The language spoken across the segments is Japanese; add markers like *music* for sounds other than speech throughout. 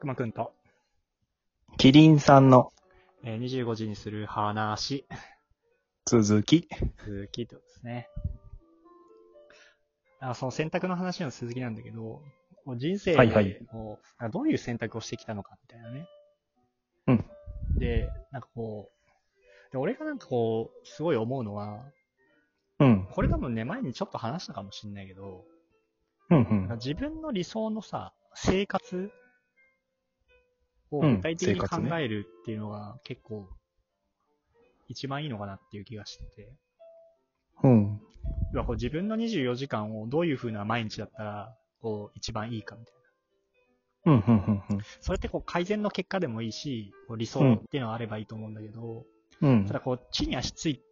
くまくんと、キリンさんのえー、25時にする話、続き。続きってことですね。あその選択の話の続きなんだけど、こう人生を、はいはいなんかどういう選択をしてきたのかみたいなね。うん。で、なんかこう、で俺がなんかこう、すごい思うのは、うん。これ多分ね、前にちょっと話したかもしんないけど、うんうなんかん。自分の理想のさ、生活をうん具体的に生考活ねえるっていうのが結構一番いいのかなっていう気がしてて、うん。要はこう自分の24時間をどういう風な毎日だったらこう一番いいかみたいうんうんうんうん。な。それってこう改善の結果でもいいし、こう理想っていうのはあればいいと思うんだけど、うんただこう地に足つい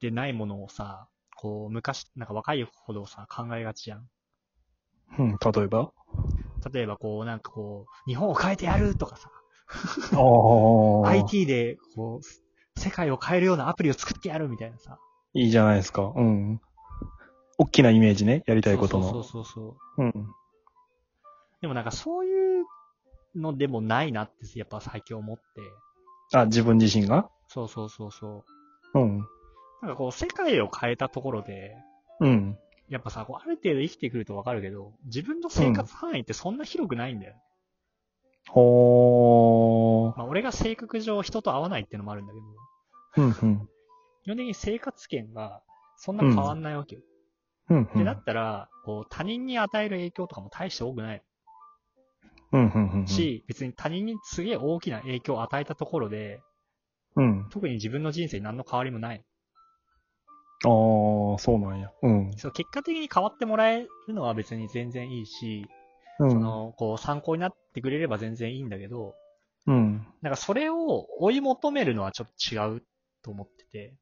てないものをさ、こう昔、なんか若いほどさ考えがちじゃん。うん。例えば例えばこうなんかこう、日本を変えてやるとかさ、ああ IT で、こう、世界を変えるようなアプリを作ってやるみたいなさ。いいじゃないですか。うん。大きなイメージね。やりたいことの。そうそうそうそう。うん。でもなんかそういうのでもないなって、やっぱ最近思って。あ、自分自身がそうそうそうそうん。う。なんかこう、世界を変えたところで、うん。やっぱさ、こうある程度生きてくるとわかるけど、自分の生活範囲ってそんな広くないんだよね。ほー。まあ俺が性格上人と会わないってのもあるんだけど、うんうん。基本的に生活圏がそんな変わんないわけよ。うんうで、だん。ったら、こう、他人に与える影響とかも大して多くない。うんうんうん。し、別に他人にすげえ大きな影響を与えたところで、うん。特に自分の人生に何の変わりもない。ああ、そうなんや。うん。そう結果的に変わってもらえるのは別に全然いいし、うそん。の、こう参考になってくれれば全然いいんだけど、うん。なんかそれを追い求めるのはちょっと違うと思ってて、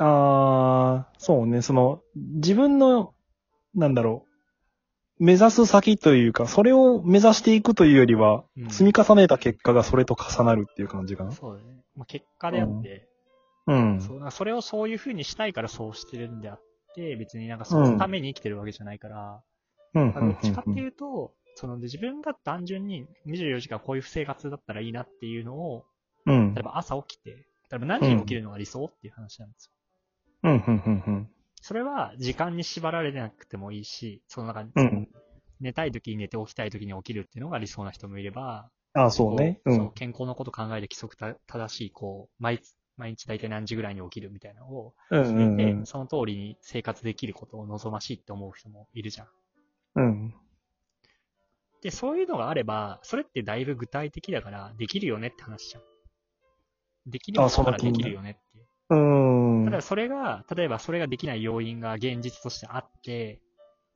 ああ、そうね、その、自分の、なんだろう、目指す先というか、それを目指していくというよりは、うん積み重ねた結果がそれと重なるっていう感じかな。そうだね。まあ、結果であって、うん。そうなんかそれをそういう風にしたいからそうしてるんであって、別になんかそのために生きてるわけじゃないから、うんまあどっちかっていうと、その自分が単純に24時間こういう生活だったらいいなっていうのをうんうん例えば朝起きて、例えば何時に起きるのが理想っていう話なんですよ。うんうんうんうんそれは時間に縛られなくてもいいし、その中に、うん寝たい時に寝て起きたい時に起きるっていうのが理想な人もいれば、ああ、そうね。こう。うそうん健康のこと考えて規則た正しい、こう、毎毎日大体何時ぐらいに起きるみたいなのをうん決うめんて、うんその通りに生活できることを望ましいって思う人もいるじゃん。うん。で、そういうのがあれば、それってだいぶ具体的だから、できるよねって話じゃん。できるよあそうなだらできるよねっていう。うん。ただそれが、例えばそれができない要因が現実としてあって、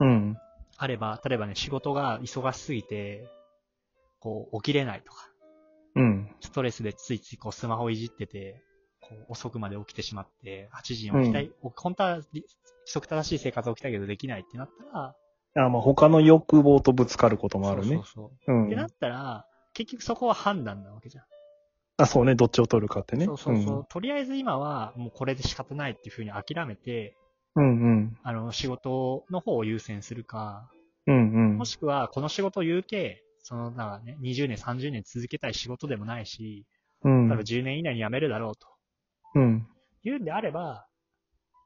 うん。あれば、例えばね、仕事が忙しすぎて、こう、起きれないとか、うん。ストレスでついついこう、スマホいじってて、こう、遅くまで起きてしまって、8時に起きたい、本当は規則正しい生活を起きたいけどできないってなったら、ああ、まあ他の欲望とぶつかることもあるそね。う。そうそうう。ってなんったら、結局そこは判断なわけじゃん。あ、そうね、どっちを取るかってね。そうそうそう。とりあえず今は、もうこれで仕方ないっていうふうに諦めて、うん。うんあの、仕事の方を優先するか、うん。うんうんも。しくは、この仕事を言うて、その、なんかね、20年、30年続けたい仕事でもないし、うん多分10年以内に辞めるだろうと。うん。言うんであれば、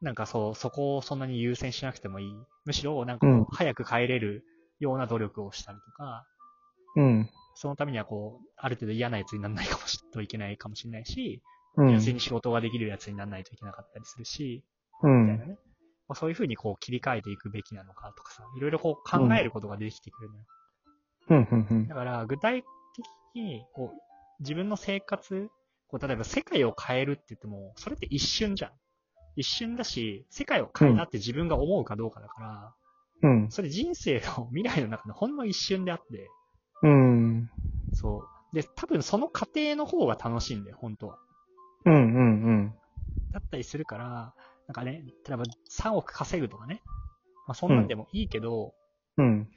なんかそう、そこをそんなに優先しなくてもいい。むしろ、なんかこううん早く帰れるような努力をしたりとか、うん。そのためにはこう、ある程度嫌なやつにならないかもし、といけないかもしれないし、うん。純粋に仕事ができるやつにならないといけなかったりするし、うみたいんな。ね。まあ、そういうふうにこう切り替えていくべきなのかとかさ、いろいろこう考えることができてくるのよ。うんうんうんだから、具体的に、こう、自分の生活、こう、例えば世界を変えるって言っても、それって一瞬じゃん。一瞬だし、世界を変えたって自分が思うかどうかだから、うん。それ人生の未来の中のほんの一瞬であって、うん。そう。で、多分その過程の方が楽しいんだよ、本当は。うん。うん。だったりするから、なんかね、例えば3億稼ぐとかね。まあそんなんでもいいけど、うん。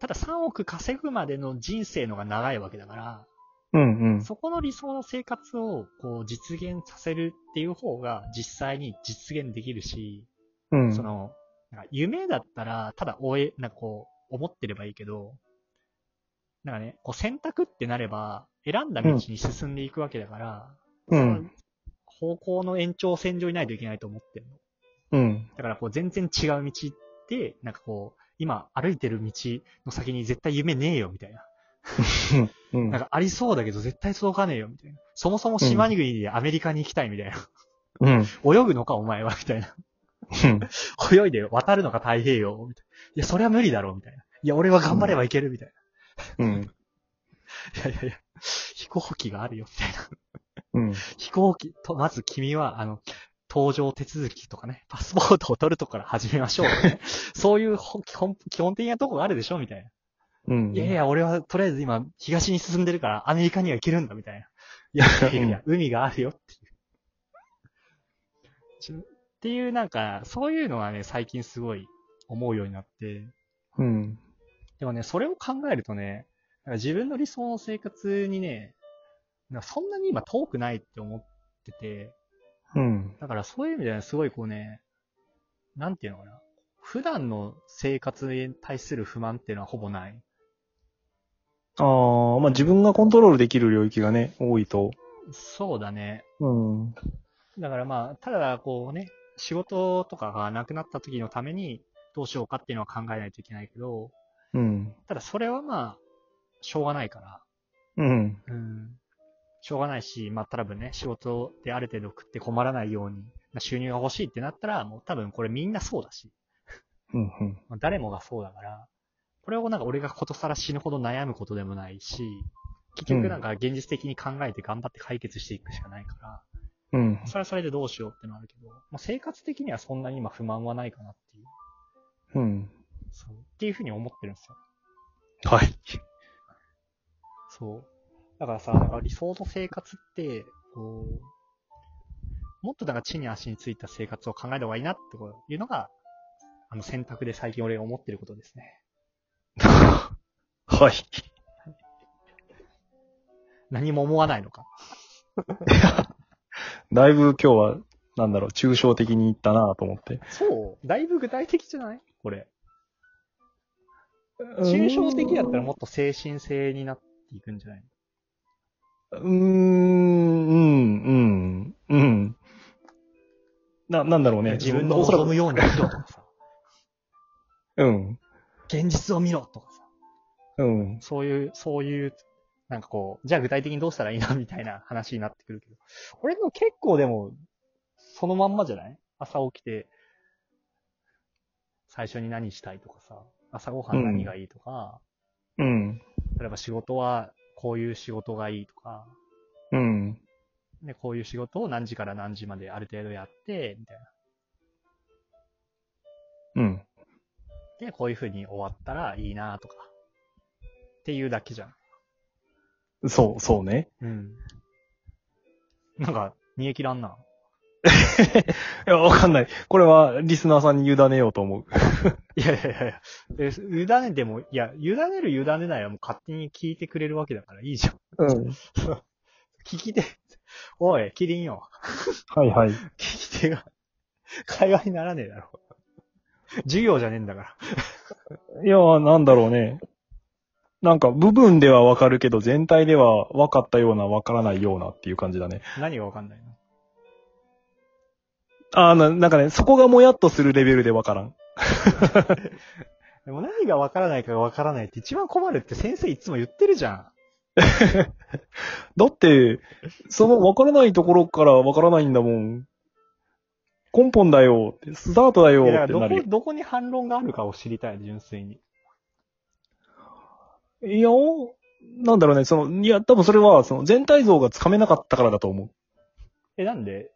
ただ3億稼ぐまでの人生のが長いわけだから、うん。うん。そこの理想の生活をこう実現させるっていう方が実際に実現できるし、うん。その、なんか夢だったらただ追え、なんかこう、思ってればいいけど、なんかね、こう選択ってなれば、選んだ道に進んでいくわけだから、うん。方向の延長線上にないといけないと思ってるの。うん。だからこう全然違う道って、なんかこう、今歩いてる道の先に絶対夢ねえよみたいな。うん。なんかありそうだけど絶対届かねえよみたいな。そもそも島国でアメリカに行きたいみたいな。うん。泳ぐのかお前はみたいな。 *laughs* 泳いで渡るのか太平洋みたいな。いや、それは無理だろうみたいな。いや、俺は頑張ればいけるみたいうな。いん。やいやいや、飛行機があるよみたいな。うん。飛行機と、まず君は、あの、搭乗手続きとかね、パスポートを取るとこから始めまし *laughs* ょう、ね。そういうほ基本基本的なとこがあるでしょみたいな。うん。いやいや、俺はとりあえず今、東に進んでるから、アメリカには行けるんだ、みたいな。いやいやいや、海があるよっていうちょ。っていう、なんか、そういうのはね、最近すごい思うようになって、うん。でもね、それを考えるとね、なんか自分の理想の生活にね、なんかそんなに今遠くないって思ってて、うん。だからそういう意味ではすごいこうね、なんていうのかな。普段の生活に対する不満っていうのはほぼない。ああ、まあ自分がコントロールできる領域がね、多いと。そうだね。うん。だからまあ、ただこうね、仕事とかがなくなった時のためにどうしようかっていうのは考えないといけないけど、うん。ただそれはまあ、しょうがないから。うん。うん。しょうがないし、まあ、多分ね、仕事である程度食って困らないように、まあ収入が欲しいってなったら、もう多分これみんなそうだし。うん。うん。まあ誰もがそうだから、これをなんか俺がことさら死ぬほど悩むことでもないし、結局なんか現実的に考えて頑張って解決していくしかないから、うん。それはそれでどうしようってのはあるけど、まあ、生活的にはそんなに今不満はないかなっていう、うん。そう、っていうふうに思ってるんですよ。はい。そう。だからさ、なんか理想の生活って、こう、もっとなんか地に足についた生活を考えた方がいいなってこういうのが、あの選択で最近俺が思ってることです *laughs* ね。はい。何も思わないのか。だいぶ今日は、なんだろう、抽象的にいったなと思って。そうだいぶ具体的じゃないこれ。抽象的だったらもっと精神性になっていくんじゃないうん、うん、うん、うん。な、なんだろうね。自分の望むように生きろとかさ、うん、現実を見ろとかさ、うん、そういう、そういう、なんかこう、じゃあ具体的にどうしたらいいのみたいな話になってくるけど。俺でも結構でも、そのまんまじゃない朝起きて、最初に何したいとかさ、朝ごはん何がいいとか、うん、例えば仕事はこういう仕事がいいとか、うん、ね、こういう仕事を何時から何時まである程度やって、みたいうん。な。で、こういう風に終わったらいいなとか。っていうだけじゃん。そう、そうね。うん。なんか、煮え切らんな。いや、わかんない。これは、リスナーさんに委ねようと思う。いやいやいやいやえ委ねても、いや、委ねる委ねないはもう勝手に聞いてくれるわけだからいいじゃん。うん。聞き手、おい、キリンよ。はいはい。聞き手が、会話にならねえだろ。授業じゃねえんだから。いや、なんだろうね。なんか、部分ではわかるけど、全体では分かったような、分からないようなっていう感じだね。何がわかんないのあーな、なんかね、そこがもやっとするレベルで分からん。でも何がわからないかがわからないって一番困るって先生いつも言ってるじゃん。だって、その分からないところから分からないんだもん。根本だよって、スタートだいよやだってからなどるこ、どこに反論があるかを知りたい、純粋に。よ。いや、なんだろうね、その、いや、多分それは、その全体像がつかめなかったからだと思う。え、なんで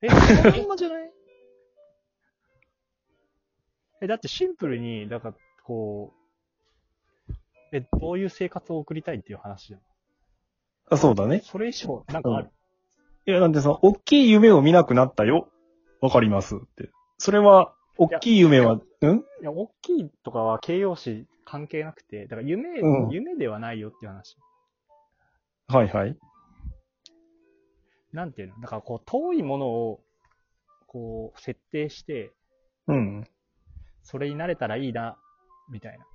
*laughs* え、そのまんまじゃないえ、だってシンプルに、だから、こう、え、どういう生活を送りたいっていう話じゃん。あそうだね。それ以上、なんかある。いや、なんでその、大きい夢を見なくなったよ。わかりますって。それは、大きい夢は、うんいや、大きいとかは形容詞関係なくて、だから夢、うん夢ではないよっていう話。はいはい。なんていうのだからこう、遠いものを、こう、設定して、うん。それになれたらいいな、みたいな。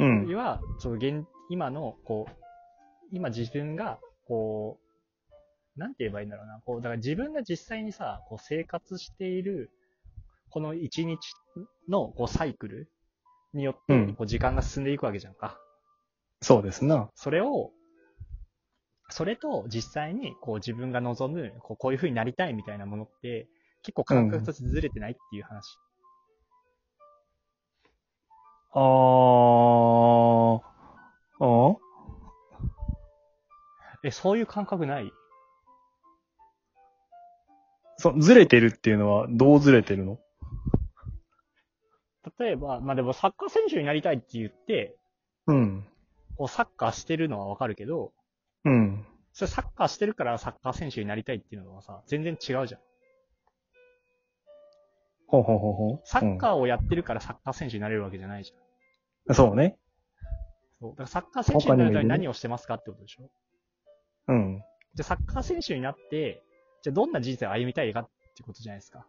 うよりん。は、その現、今の、こう、今自分が、こう、なんて言えばいいんだろうな。こう、だから自分が実際にさ、こう生活している、この一日の、こう、サイクルによっうて、んこう、時間が進んでいくわけじゃんか。そうですな。それを、それと実際に、こう、自分が望む、こう、こういう風になりたいみたいなものって、結構感覚としてずれてないっていう話。あー。あーえ、そういう感覚ないそずれてるっていうのはどうずれてるの例えば、まあでもサッカー選手になりたいって言って、うん。こうサッカーしてるのはわかるけど、うん。それサッカーしてるからサッカー選手になりたいっていうのはさ、全然違うじゃん。ほうほうほうほう。サッカーをやってるからサッカー選手になれるわけじゃないじゃん。うんそうね。そうだからサッカー選手になるために何をしてますかってことでしょ。うん。じゃあサッカー選手になって、じゃあどんな人生を歩みたいかってことじゃないですか。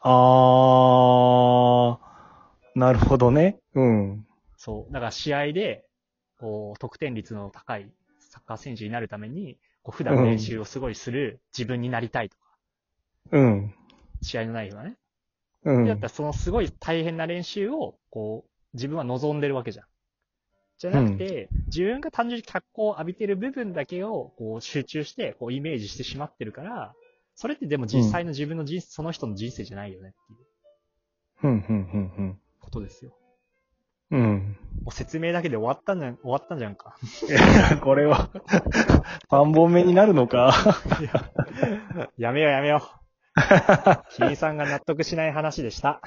あー。なるほどね。うん。そう。だから試合で、こう、得点率の高いサッカー選手になるために、こう普段練習をすごいする自分になりたいとか、うん。試合の内容がね。うだっんた。らそのすごい大変な練習を、こう、自分は望んでるわけじゃん。じゃなくて、自分が単純に脚光を浴びてる部分だけを、こう、集中して、こう、イメージしてしまってるから、それってでも実際の自分の人生、その人の人生じゃないよねっていううん、うん、ことですよ。うん、うん。 *laughs* もう説明だけで終わったんじゃん、終わったんじゃんか。うん。これは、3本目になるのか。いややめようやめ *laughs* よう。キリさんが納得しない話でした。